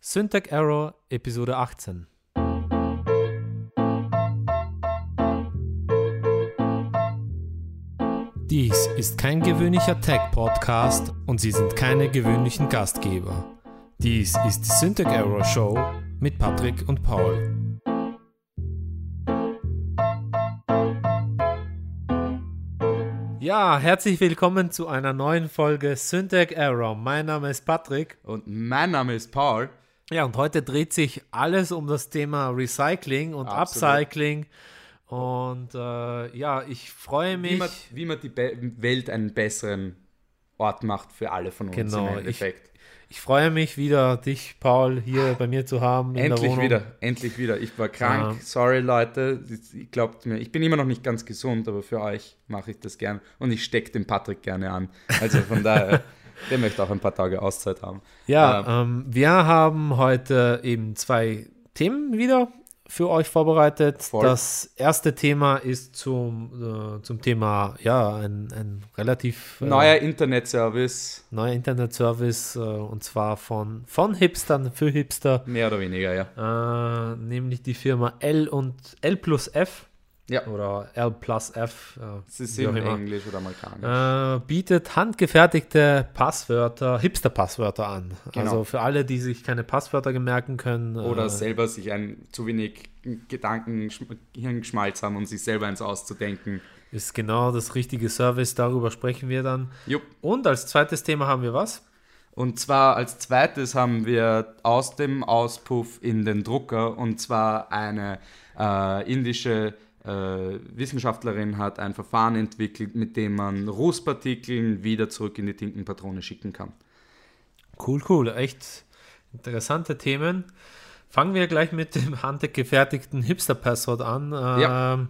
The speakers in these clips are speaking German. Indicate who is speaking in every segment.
Speaker 1: Syntax Error Episode 18. Dies ist kein gewöhnlicher Tech-Podcast und Sie sind keine gewöhnlichen Gastgeber. Dies ist die Syntax Error Show mit Patrick und Paul. Ja, herzlich willkommen zu einer neuen Folge Syntax Error. Mein Name ist Patrick.
Speaker 2: Und mein Name ist Paul.
Speaker 1: Ja, und heute dreht sich alles um das Thema Recycling und
Speaker 2: Absolut.
Speaker 1: Upcycling. Und äh, ja, ich freue mich.
Speaker 2: Wie man, wie man die Be Welt einen besseren Ort macht für alle von uns
Speaker 1: Genau, ich-
Speaker 2: im Endeffekt.
Speaker 1: Ich freue mich wieder, dich, Paul, hier bei mir zu haben. in der
Speaker 2: endlich
Speaker 1: Wohnung.
Speaker 2: wieder, endlich wieder. Ich war krank,
Speaker 1: Ja.
Speaker 2: sorry Leute, ich glaubt mir, ich bin immer noch nicht ganz gesund, aber für euch mache ich das gern und ich stecke den Patrick gerne an. Also von daher, der möchte auch ein paar Tage Auszeit haben.
Speaker 1: Ja, ähm, wir haben heute eben zwei Themen wieder für euch vorbereitet.
Speaker 2: Voll.
Speaker 1: Das erste Thema ist zum, äh, zum Thema, ja, ein, ein relativ äh,
Speaker 2: Neuer Internetservice,
Speaker 1: neuer Internet-Service äh, und zwar von, von Hipstern für Hipster,
Speaker 2: mehr oder weniger, ja.
Speaker 1: äh, nämlich die Firma L und L plus F
Speaker 2: Ja,
Speaker 1: oder L plus F. Äh,
Speaker 2: sie
Speaker 1: wie
Speaker 2: sind
Speaker 1: auch immer.
Speaker 2: Englisch oder Amerikanisch.
Speaker 1: Äh, bietet handgefertigte Passwörter, Hipster-Passwörter an.
Speaker 2: Genau.
Speaker 1: Also für alle, die sich keine Passwörter gemerken können.
Speaker 2: Oder
Speaker 1: äh,
Speaker 2: selber sich ein zu wenig Gedanken, Schm- Hirngeschmalz haben, um sich selber eins auszudenken.
Speaker 1: ist genau das richtige Service, darüber sprechen wir dann.
Speaker 2: Jupp.
Speaker 1: Und als zweites Thema haben wir was?
Speaker 2: Und zwar als zweites haben wir aus dem Auspuff in den Drucker und zwar eine äh, indische äh, Wissenschaftlerin hat ein Verfahren entwickelt, mit dem man Rußpartikeln wieder zurück in die Tintenpatrone schicken kann.
Speaker 1: Cool, cool. Echt interessante Themen. Fangen wir gleich mit dem handgefertigten Hipster-Passwort an. Äh,
Speaker 2: Ja.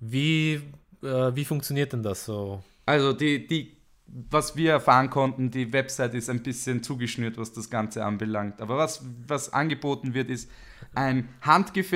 Speaker 1: Wie, äh, wie funktioniert denn das so?
Speaker 2: Also die, die, was wir erfahren konnten, die Website ist ein bisschen zugeschnürt, was das Ganze anbelangt. Aber was, was angeboten wird, ist ein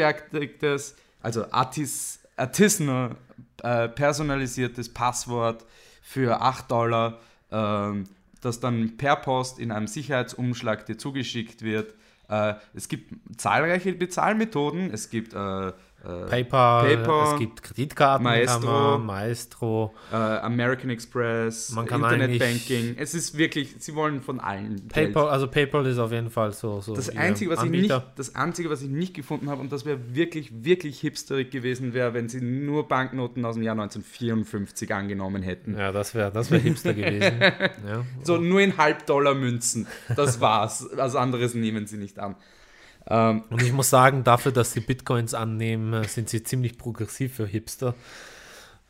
Speaker 2: handgefertigtes, also Artis, artisanal äh, personalisiertes Passwort für 8 Dollar, ähm, das dann per Post in einem Sicherheitsumschlag dir zugeschickt wird. Äh, es gibt zahlreiche Bezahlmethoden. Es gibt äh, äh,
Speaker 1: PayPal,
Speaker 2: PayPal,
Speaker 1: es gibt Kreditkarten,
Speaker 2: Maestro.
Speaker 1: Maestro.
Speaker 2: äh, American Express,
Speaker 1: Man kann
Speaker 2: Internetbanking. Es ist wirklich, sie wollen von allen. Geld.
Speaker 1: PayPal, also PayPal ist auf jeden Fall so. so
Speaker 2: Das
Speaker 1: ihr
Speaker 2: Einzige, was ich
Speaker 1: Anbieter.
Speaker 2: nicht, das Einzige, was ich nicht gefunden habe, und das wäre wirklich, wirklich hipsterig gewesen, wäre, wenn sie nur Banknoten aus dem Jahr 1954 angenommen hätten.
Speaker 1: Ja, das wäre das wär hipster gewesen. Ja.
Speaker 2: So nur in Halbdollar-Münzen. Das war's. Was anderes nehmen sie nicht an. Ähm,
Speaker 1: Und ich muss sagen, dafür, dass sie Bitcoins annehmen, äh, sind sie ziemlich progressiv für Hipster.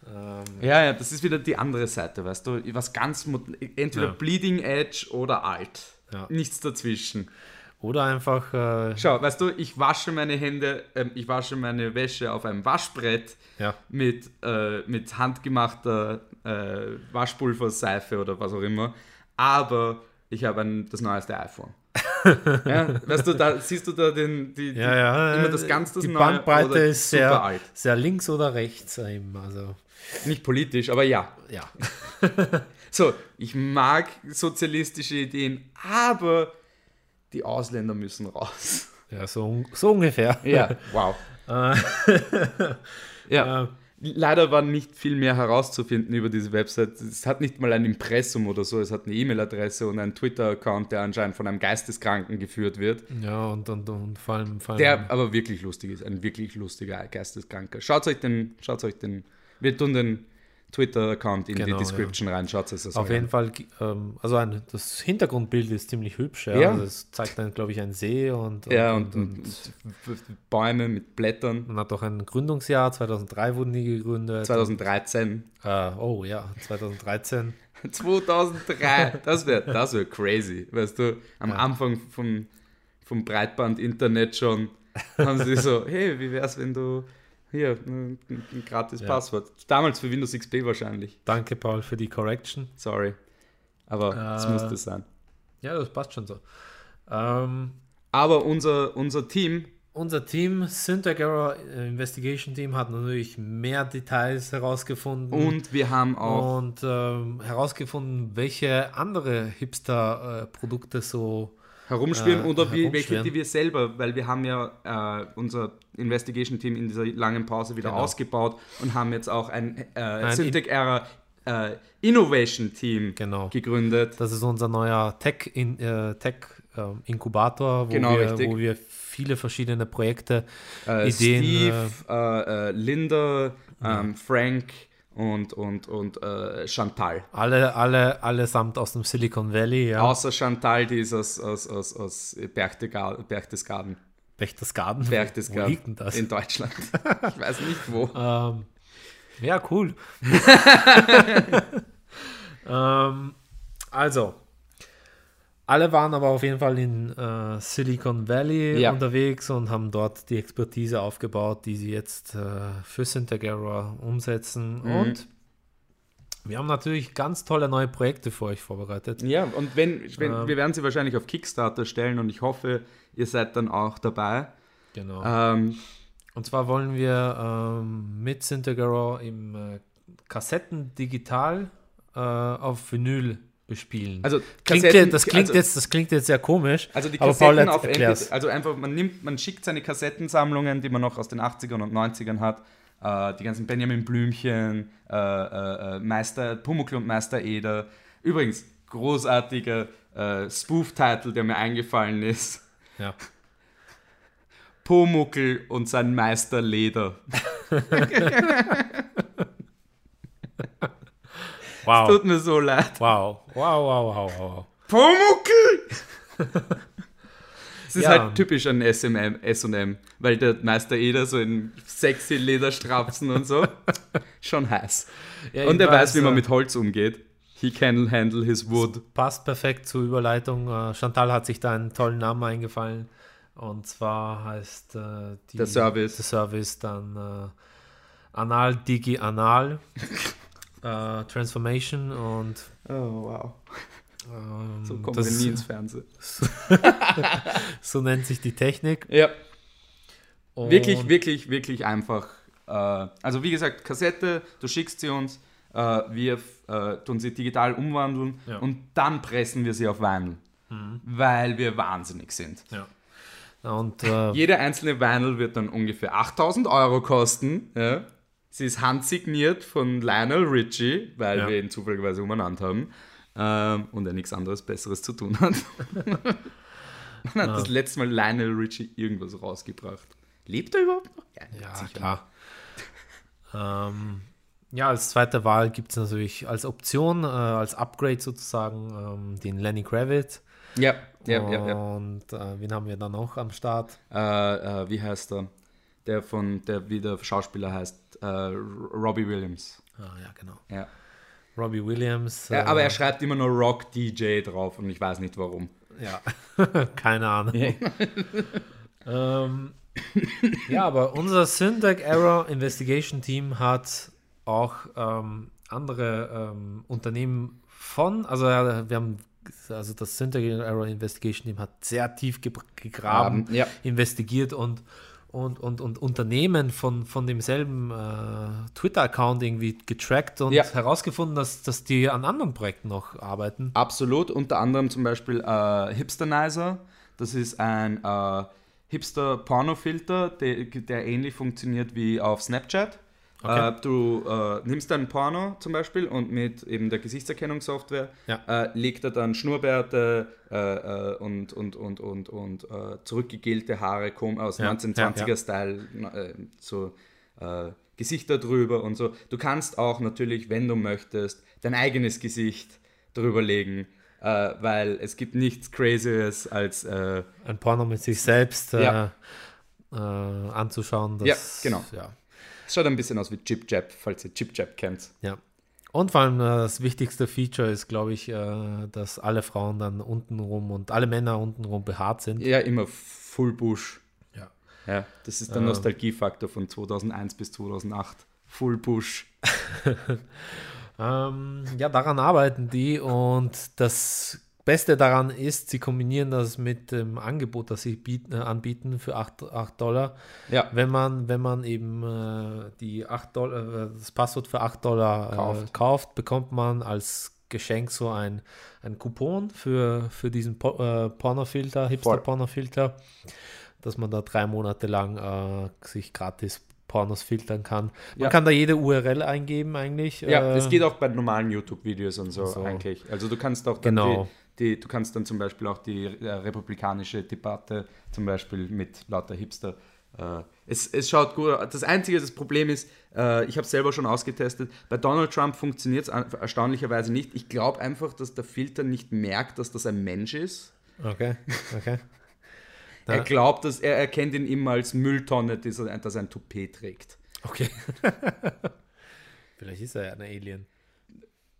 Speaker 1: Ähm,
Speaker 2: ja, ja, das ist wieder die andere Seite, weißt du? Was ganz, mo- entweder
Speaker 1: Ja.
Speaker 2: Bleeding Edge oder alt.
Speaker 1: Ja.
Speaker 2: Nichts dazwischen.
Speaker 1: oder einfach, äh,
Speaker 2: Schau, weißt du, ich wasche meine Hände, ähm, ich wasche meine Wäsche auf einem Waschbrett
Speaker 1: ja,
Speaker 2: mit, äh, mit handgemachter äh, Waschpulverseife oder was auch immer, aber ich habe ein- das neueste iPhone. ja, weißt du, da siehst du da den, die, die,
Speaker 1: ja, ja.
Speaker 2: immer
Speaker 1: äh,
Speaker 2: das ganz das
Speaker 1: die
Speaker 2: Neue
Speaker 1: Bandbreite
Speaker 2: oder
Speaker 1: ist
Speaker 2: super
Speaker 1: sehr,
Speaker 2: alt.
Speaker 1: sehr links oder rechts. Eben. Also,
Speaker 2: Nicht politisch, aber ja.
Speaker 1: ja.
Speaker 2: So, ich mag sozialistische Ideen, aber die Ausländer müssen raus.
Speaker 1: ja so, un- so ungefähr.
Speaker 2: Ja, wow. ja. Äh, Leider war nicht viel mehr herauszufinden über diese Website. Es hat nicht mal ein Impressum oder so, es hat eine E-Mail-Adresse und einen Twitter-Account, der anscheinend von einem Geisteskranken geführt wird.
Speaker 1: Ja, und, und, und vor allem. Vor allem
Speaker 2: Der aber wirklich lustig ist, ein wirklich lustiger Geisteskranker. Schaut euch den, schaut euch den, wir tun den Twitter-Account in
Speaker 1: Genau,
Speaker 2: die Description rein, schaut euch das
Speaker 1: Auf
Speaker 2: mal
Speaker 1: jeden Fall, g- ähm, also ein, das Hintergrundbild ist ziemlich hübsch. Ja.
Speaker 2: Ja.
Speaker 1: Also es zeigt dann, glaube ich, einen See und,
Speaker 2: an. Ja, und, und, und Bäume mit Blättern.
Speaker 1: Man hat auch ein Gründungsjahr, 2003 wurden die gegründet.
Speaker 2: 2013.
Speaker 1: Äh, oh ja, 2013.
Speaker 2: 2003, das wäre das wär crazy, weißt du, am Anfang vom, vom Breitband-Internet schon haben sie so, hey, wie wär's, wenn du, hier, ein, ein gratis Passwort, damals für Windows XP wahrscheinlich,
Speaker 1: Danke, Paul, für die Correction.
Speaker 2: sorry, aber es
Speaker 1: Äh.
Speaker 2: musste sein.
Speaker 1: Ja, das passt schon so. Ähm,
Speaker 2: Aber unser, unser Team,
Speaker 1: unser Team, Syntax Error äh, Investigation Team, hat natürlich mehr Details herausgefunden.
Speaker 2: und wir haben auch,
Speaker 1: und ähm, herausgefunden, welche andere Hipster-Produkte so
Speaker 2: herumschwirren
Speaker 1: Äh,
Speaker 2: oder wir, welche,
Speaker 1: herumschwirren.
Speaker 2: die wir selber, weil wir haben ja äh, unser Investigation-Team in dieser langen Pause wieder
Speaker 1: Genau.
Speaker 2: ausgebaut und haben jetzt auch ein, äh,
Speaker 1: in-
Speaker 2: Syntec Era äh, Innovation-Team
Speaker 1: Genau.
Speaker 2: gegründet.
Speaker 1: Das ist unser neuer Tech-Inkubator, äh, Tech, ähm, Inkubator, wo,
Speaker 2: Genau,
Speaker 1: wir,
Speaker 2: richtig.
Speaker 1: wo wir viele verschiedene Projekte
Speaker 2: Äh,
Speaker 1: Ideen,
Speaker 2: Steve, äh, äh, Linda, ähm, Frank und, und, und äh, Chantal.
Speaker 1: Alle, alle, allesamt aus dem Silicon Valley, ja.
Speaker 2: Außer Chantal, die ist aus, aus, aus, aus Berchtesgaden, Berchtesgaden,
Speaker 1: Berchtesgaden. Wo
Speaker 2: Berchtesgaden
Speaker 1: liegt denn das?
Speaker 2: in Deutschland. ich weiß nicht wo.
Speaker 1: Ähm, ja, cool. ähm, also, alle waren aber auf jeden Fall in äh, Silicon Valley
Speaker 2: Ja.
Speaker 1: unterwegs und haben dort die Expertise aufgebaut, die sie jetzt äh, für Syntegra umsetzen.
Speaker 2: Mhm.
Speaker 1: Und wir haben natürlich ganz tolle neue Projekte für euch vorbereitet.
Speaker 2: Ja, und wenn, wenn
Speaker 1: Ähm.
Speaker 2: wir werden sie wahrscheinlich auf Kickstarter stellen und ich hoffe, ihr seid dann auch dabei.
Speaker 1: Genau.
Speaker 2: Ähm,
Speaker 1: Und zwar wollen wir ähm, mit Syntegra im äh, Kassetten digital äh, auf Vinyl bespielen.
Speaker 2: also
Speaker 1: Klingt
Speaker 2: Kassetten-
Speaker 1: jetzt, das, klingt
Speaker 2: also,
Speaker 1: jetzt, das klingt jetzt sehr komisch.
Speaker 2: Also die
Speaker 1: aber Paul
Speaker 2: Kassetten
Speaker 1: hat
Speaker 2: auf
Speaker 1: erklärt's.
Speaker 2: MP, also einfach man nimmt, man schickt seine Kassettensammlungen, die man noch aus den 80ern und 90ern hat, äh, die ganzen Benjamin Blümchen, äh, äh, äh, Meister Pumuckl und Meister Eder. Übrigens großartiger äh, Spoof-Titel, der mir eingefallen ist.
Speaker 1: Ja.
Speaker 2: Pumuckl und sein Meister Leder.
Speaker 1: Wow.
Speaker 2: Tut mir so leid.
Speaker 1: wow. Wow, wow, wow, wow.
Speaker 2: Pumuckl! Es ist
Speaker 1: Ja.
Speaker 2: halt typisch an SMM, SM, weil der Meister Eder so in sexy Lederstrapsen und so. Schon heiß.
Speaker 1: Ja,
Speaker 2: und er weiß, äh, wie man
Speaker 1: jedenfalls,
Speaker 2: mit Holz umgeht. He can handle his wood.
Speaker 1: äh, Passt perfekt zur Überleitung. Äh, Chantal hat sich da einen tollen Namen eingefallen. Und zwar heißt äh, die,
Speaker 2: Der Service.
Speaker 1: der Service dann äh, Anal Digi Anal äh, Transformation und
Speaker 2: Oh, wow.
Speaker 1: ähm,
Speaker 2: So kommen
Speaker 1: das,
Speaker 2: wir nie ins Fernsehen.
Speaker 1: so nennt sich die Technik.
Speaker 2: Ja,
Speaker 1: Und
Speaker 2: wirklich, wirklich, wirklich einfach. Äh, also wie gesagt, Kassette, du schickst sie uns, äh, wir f- äh, tun sie digital umwandeln
Speaker 1: Ja.
Speaker 2: und dann pressen wir sie auf Vinyl, Mhm. weil wir wahnsinnig sind.
Speaker 1: Ja. Und äh,
Speaker 2: Jeder einzelne Vinyl wird dann ungefähr 8000 Euro kosten. Ja. Sie ist handsigniert von Lionel Richie, weil
Speaker 1: Ja.
Speaker 2: wir ihn zufälligerweise umeinander haben ähm, und er nichts anderes Besseres zu tun hat. Man hat das letzte Mal Lionel Richie irgendwas rausgebracht. Lebt er überhaupt noch?
Speaker 1: Ja,
Speaker 2: sicher.
Speaker 1: klar. ähm, ja, als zweite Wahl gibt es natürlich als Option, äh, als Upgrade sozusagen, ähm, den Lenny Kravitz.
Speaker 2: Ja, ja, ja. ja.
Speaker 1: Und äh, wen haben wir dann noch am Start?
Speaker 2: Äh, äh, wie heißt er? Der von, der wie der Schauspieler heißt, äh, Robbie Williams.
Speaker 1: Ah, ja, genau.
Speaker 2: Ja.
Speaker 1: Robbie Williams.
Speaker 2: Ja,
Speaker 1: äh,
Speaker 2: aber er schreibt immer nur Rock DJ drauf und ich weiß nicht warum.
Speaker 1: Ja, keine Ahnung.
Speaker 2: Ja.
Speaker 1: ähm, ja, aber unser Syntax Error Investigation Team hat auch ähm, andere ähm, Unternehmen von, also äh, wir haben, also das Syntax Error Investigation Team hat sehr tief ge gegraben,
Speaker 2: Graben, ja.
Speaker 1: investigiert und und, und, und Unternehmen von, von demselben äh, Twitter-Account irgendwie getrackt und
Speaker 2: Ja.
Speaker 1: herausgefunden, dass, dass die an anderen Projekten noch arbeiten.
Speaker 2: Absolut, unter anderem zum Beispiel äh, Hipsternizer. Das ist ein äh, Hipster-Porno-Filter, der, der ähnlich funktioniert wie auf Snapchat.
Speaker 1: Okay.
Speaker 2: Äh, du äh, nimmst dann Porno zum Beispiel und mit eben der Gesichtserkennungssoftware
Speaker 1: Ja.
Speaker 2: äh, legt er dann Schnurrbärte äh, äh, und, und, und, und, und äh, zurückgegelte Haare kom äh, aus
Speaker 1: Ja,
Speaker 2: 1920er-Style, äh, so äh, Gesichter drüber und so. Du kannst auch natürlich, wenn du möchtest, dein eigenes Gesicht drüberlegen, äh, weil es gibt nichts Crazieres als äh,
Speaker 1: ein Porno mit sich selbst äh,
Speaker 2: Ja.
Speaker 1: äh, anzuschauen.
Speaker 2: Ja, genau.
Speaker 1: Ja,
Speaker 2: Es schaut ein bisschen aus wie Chip Jab, falls ihr Chip Jab kennt.
Speaker 1: ja. Und vor allem äh, das wichtigste Feature ist, glaube ich, äh, dass alle Frauen dann untenrum und alle Männer untenrum behaart sind.
Speaker 2: Ja, immer Full Bush.
Speaker 1: Ja.
Speaker 2: Ja, das ist der
Speaker 1: Ah.
Speaker 2: Nostalgiefaktor von 2001 bis 2008. Full Bush.
Speaker 1: Ähm, ja, daran arbeiten die und das Beste daran ist, sie kombinieren das mit dem Angebot, das sie bieten, äh, anbieten für 8, 8 Dollar.
Speaker 2: Ja.
Speaker 1: Wenn man, wenn man eben äh, die 8 Dollar, äh, das Passwort für 8 Dollar äh,
Speaker 2: Kauft.
Speaker 1: kauft. kauft, bekommt man als Geschenk so ein, ein Coupon für, für diesen po äh, Pornofilter, Hipster-Pornofilter, dass man da drei Monate lang äh, sich gratis Pornos filtern kann. Man
Speaker 2: Ja.
Speaker 1: kann da jede URL eingeben eigentlich.
Speaker 2: Ja,
Speaker 1: äh,
Speaker 2: das geht auch bei normalen YouTube-Videos und so,
Speaker 1: so.
Speaker 2: eigentlich. Also du kannst auch dann
Speaker 1: Genau.
Speaker 2: die, die, du kannst dann zum Beispiel auch die äh, republikanische Debatte zum Beispiel mit lauter Hipster. Äh, es, es schaut gut aus. Das einzige das Problem ist, äh, ich habe selber schon ausgetestet, bei Donald Trump funktioniert es erstaunlicherweise nicht. Ich glaube einfach, dass der Filter nicht merkt, dass das ein Mensch ist.
Speaker 1: Okay, okay.
Speaker 2: Er
Speaker 1: Ja.
Speaker 2: glaubt, dass er erkennt ihn immer als Mülltonne, dass er, dass er ein Toupet trägt.
Speaker 1: Okay. Vielleicht ist er ja ein Alien.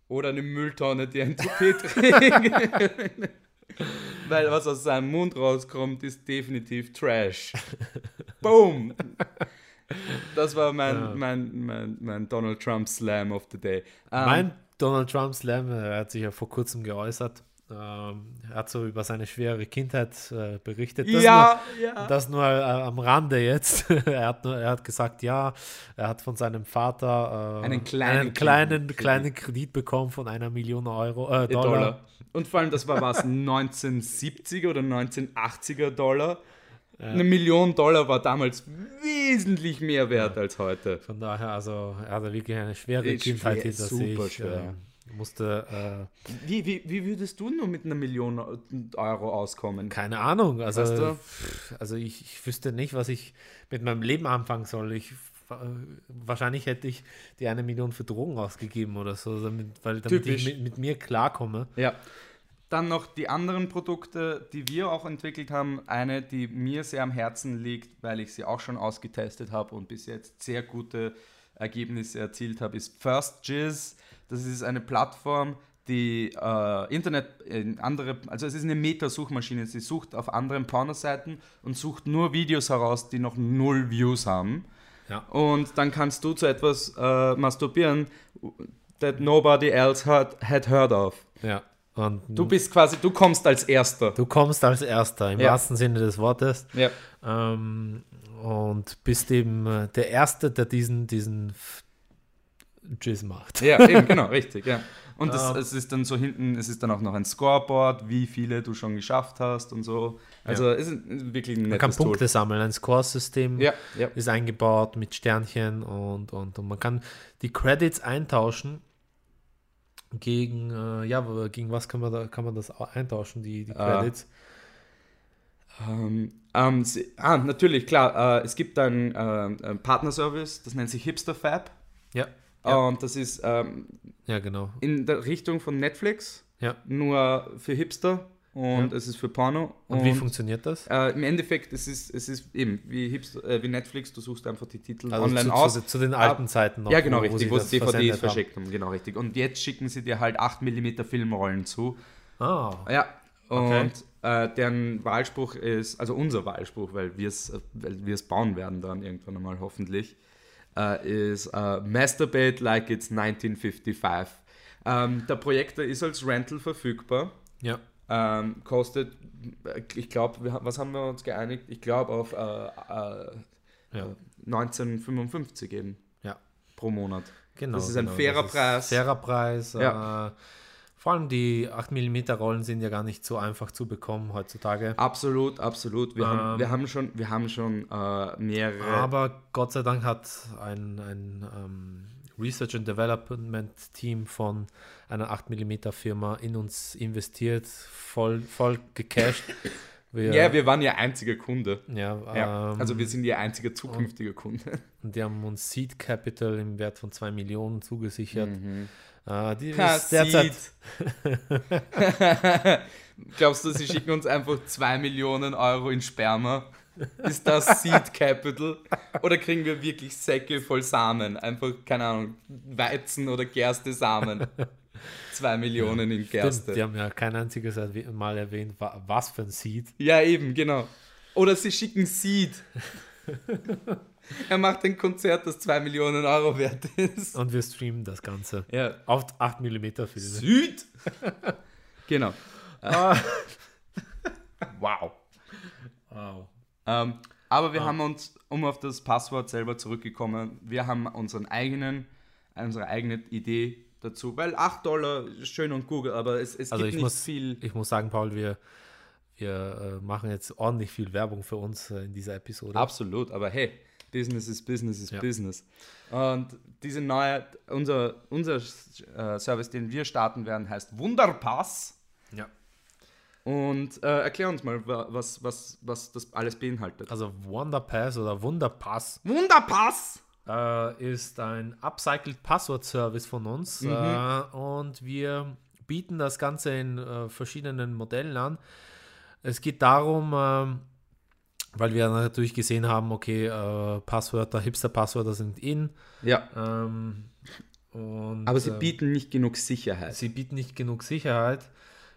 Speaker 2: Oder eine Mülltonne, die ein Toupet trägt. Weil was aus seinem Mund rauskommt, ist definitiv Trash. Boom! Das war mein, mein, mein, mein Donald Trump Slam of the Day. Ähm,
Speaker 1: Mein Donald Trump Slam, äh, er hat sich ja vor kurzem geäußert. Ähm, er hat so über seine schwere Kindheit äh, berichtet. Das
Speaker 2: ja,
Speaker 1: nur,
Speaker 2: ja.
Speaker 1: das nur äh, am Rande jetzt. er, hat nur, er hat gesagt, ja, er hat von seinem Vater äh,
Speaker 2: Einen kleinen
Speaker 1: einen kleinen,
Speaker 2: Kredit.
Speaker 1: kleinen Kredit bekommen von einer Million Euro, äh, Dollar.
Speaker 2: Dollar. Und vor allem, das war was, 1970er oder 1980er Dollar. Eine Million Dollar war damals wesentlich mehr wert als heute.
Speaker 1: Von daher, also er hatte wirklich eine schwere
Speaker 2: Ist
Speaker 1: Kindheit
Speaker 2: schwer,
Speaker 1: hinter
Speaker 2: super
Speaker 1: sich.
Speaker 2: schwer.
Speaker 1: Äh, musste, äh,
Speaker 2: Wie, wie, wie würdest du nur mit einer Million Euro auskommen?
Speaker 1: keine Ahnung, also,
Speaker 2: Weißt du?
Speaker 1: pff, also ich, ich wüsste nicht, was ich mit meinem Leben anfangen soll. Ich, äh, wahrscheinlich hätte ich die eine Million für Drogen ausgegeben oder so, damit, weil, damit ich
Speaker 2: Typisch.
Speaker 1: mit, mit mir klarkomme.
Speaker 2: Ja. Dann noch die anderen Produkte, die wir auch entwickelt haben. Eine, die mir sehr am Herzen liegt, weil ich sie auch schon ausgetestet habe und bis jetzt sehr gute Ergebnisse erzielt habe, ist FirstGIS. Das ist eine Plattform, die äh, Internet, äh, andere, also es ist eine Meta-Suchmaschine. Sie sucht auf anderen Pornoseiten und sucht nur Videos heraus, die noch null Views haben.
Speaker 1: Ja.
Speaker 2: Und dann kannst du zu etwas äh, masturbieren, that nobody else heard, had heard of.
Speaker 1: Ja. Und
Speaker 2: Du
Speaker 1: du,
Speaker 2: bist quasi, du kommst als Erster.
Speaker 1: kommst als Erster, im
Speaker 2: Ja.
Speaker 1: wahrsten Sinne des Wortes.
Speaker 2: Ja.
Speaker 1: Ähm, und bist eben äh, der Erste, der diesen, diesen F- Jizz macht.
Speaker 2: Ja, eben, genau, richtig, ja. Und das,
Speaker 1: Ah.
Speaker 2: es ist dann so hinten, es ist dann auch noch ein Scoreboard, wie viele du schon geschafft hast und so. Also es ist ein- wirklich ein
Speaker 1: Man kann
Speaker 2: nettes Tool.
Speaker 1: Punkte sammeln, ein Scoresystem
Speaker 2: Ja, ja.
Speaker 1: ist eingebaut mit Sternchen und, und, und man kann die Credits eintauschen gegen, äh, ja, wo- gegen was kann man, da, kann man das au- eintauschen, die, die
Speaker 2: Ah.
Speaker 1: Credits?
Speaker 2: Ähm, ähm, sie, ah, natürlich, klar, äh, es gibt einen ähm, ähm, Partnerservice, das nennt sich Hipster Fab.
Speaker 1: Ja, Ja.
Speaker 2: Und das ist ähm,
Speaker 1: ja, genau.
Speaker 2: in der Richtung von Netflix,
Speaker 1: Ja.
Speaker 2: nur für Hipster und
Speaker 1: Ja.
Speaker 2: es ist für Porno.
Speaker 1: Und, wie funktioniert das?
Speaker 2: Äh, Im Endeffekt, es ist, es ist eben wie, Hipster, äh, wie Netflix, du suchst einfach die Titel
Speaker 1: Also
Speaker 2: online
Speaker 1: zu,
Speaker 2: aus.
Speaker 1: Zu, zu den alten Zeiten noch.
Speaker 2: ja, genau,
Speaker 1: wo- wo
Speaker 2: richtig,
Speaker 1: sie
Speaker 2: wo
Speaker 1: das
Speaker 2: sie DVDs
Speaker 1: versendet haben.
Speaker 2: verschickt haben. Genau, richtig. Und jetzt schicken sie dir halt 8mm Filmrollen zu.
Speaker 1: Ah,
Speaker 2: Ja, und
Speaker 1: Okay.
Speaker 2: äh, deren Wahlspruch ist, also unser Wahlspruch, weil wir es weil wir's bauen werden dann irgendwann einmal hoffentlich, äh, ist äh, Masturbate like it's 1955. Ähm, der Projektor ist als Rental verfügbar.
Speaker 1: ja.
Speaker 2: Ähm, kostet, äh, ich glaube, was haben wir uns geeinigt? Ich glaube auf äh, äh,
Speaker 1: Ja.
Speaker 2: 1955 eben
Speaker 1: Ja.
Speaker 2: pro Monat.
Speaker 1: Genau.
Speaker 2: Das ist ein
Speaker 1: genau,
Speaker 2: fairer
Speaker 1: ist
Speaker 2: Preis.
Speaker 1: Fairer Preis.
Speaker 2: Ja.
Speaker 1: Äh, vor allem die 8mm Rollen sind ja gar nicht so einfach zu bekommen heutzutage.
Speaker 2: Absolut, absolut. Wir, haben,
Speaker 1: Ähm.
Speaker 2: wir haben schon, wir haben schon äh, mehrere.
Speaker 1: Aber Gott sei Dank hat ein, ein ähm, Research and Development Team von einer 8mm Firma in uns investiert, voll, voll gecashed. Wir,
Speaker 2: ja, wir waren ihr einziger Kunde.
Speaker 1: ja,
Speaker 2: Ja.
Speaker 1: ähm,
Speaker 2: also wir sind ihr einziger zukünftiger Kunde.
Speaker 1: Und die haben uns Seed Capital im Wert von 2 Millionen zugesichert. Äh, die
Speaker 2: Mhm. Ha,
Speaker 1: ist derzeit,
Speaker 2: Seed. Glaubst du, sie schicken uns einfach 2 Millionen Euro in Sperma? Ist das Seed Capital? Oder kriegen wir wirklich Säcke voll Samen? Einfach, keine Ahnung, Weizen oder Gerste Samen. 2 Millionen in Gerste.
Speaker 1: stimmt, die haben ja kein einziges erwäh- Mal erwähnt, wa- was für ein Seed.
Speaker 2: Ja, eben, genau. Oder sie schicken Seed. er macht ein Konzert, das 2 Millionen Euro wert ist.
Speaker 1: Und wir streamen das Ganze.
Speaker 2: Ja.
Speaker 1: Auf 8mm Filme.
Speaker 2: Süd! genau.
Speaker 1: Ah.
Speaker 2: Wow.
Speaker 1: Wow.
Speaker 2: Ähm, aber wir
Speaker 1: Ah.
Speaker 2: haben uns, um auf das Passwort selber zurückgekommen, wir haben unseren eigenen, unsere eigene Idee dazu, weil 8 Dollar ist schön und gut, aber es, es
Speaker 1: Also
Speaker 2: gibt
Speaker 1: ich
Speaker 2: nicht
Speaker 1: muss,
Speaker 2: viel.
Speaker 1: ich muss sagen, Paul, wir, wir äh, machen jetzt ordentlich viel Werbung für uns äh, in dieser Episode.
Speaker 2: Absolut, aber hey, Business ist Business ist
Speaker 1: Ja.
Speaker 2: Business. Und diese neue, unser, unser äh, Service, den wir starten werden, heißt Wunderpass.
Speaker 1: Ja.
Speaker 2: Und äh, erklär uns mal, wa- was, was, was das alles beinhaltet.
Speaker 1: Also Wonderpass oder Wunderpass
Speaker 2: Wunderpass!
Speaker 1: äh, ist ein Upcycled Password Service von uns
Speaker 2: Mhm.
Speaker 1: äh, und wir bieten das Ganze in äh, verschiedenen Modellen an. Es geht darum, ähm, weil wir natürlich gesehen haben, okay, äh, Passwörter, Hipster-Passwörter sind in.
Speaker 2: Ja,
Speaker 1: Ähm, und,
Speaker 2: aber sie
Speaker 1: ähm,
Speaker 2: bieten nicht genug Sicherheit.
Speaker 1: sie bieten nicht genug Sicherheit.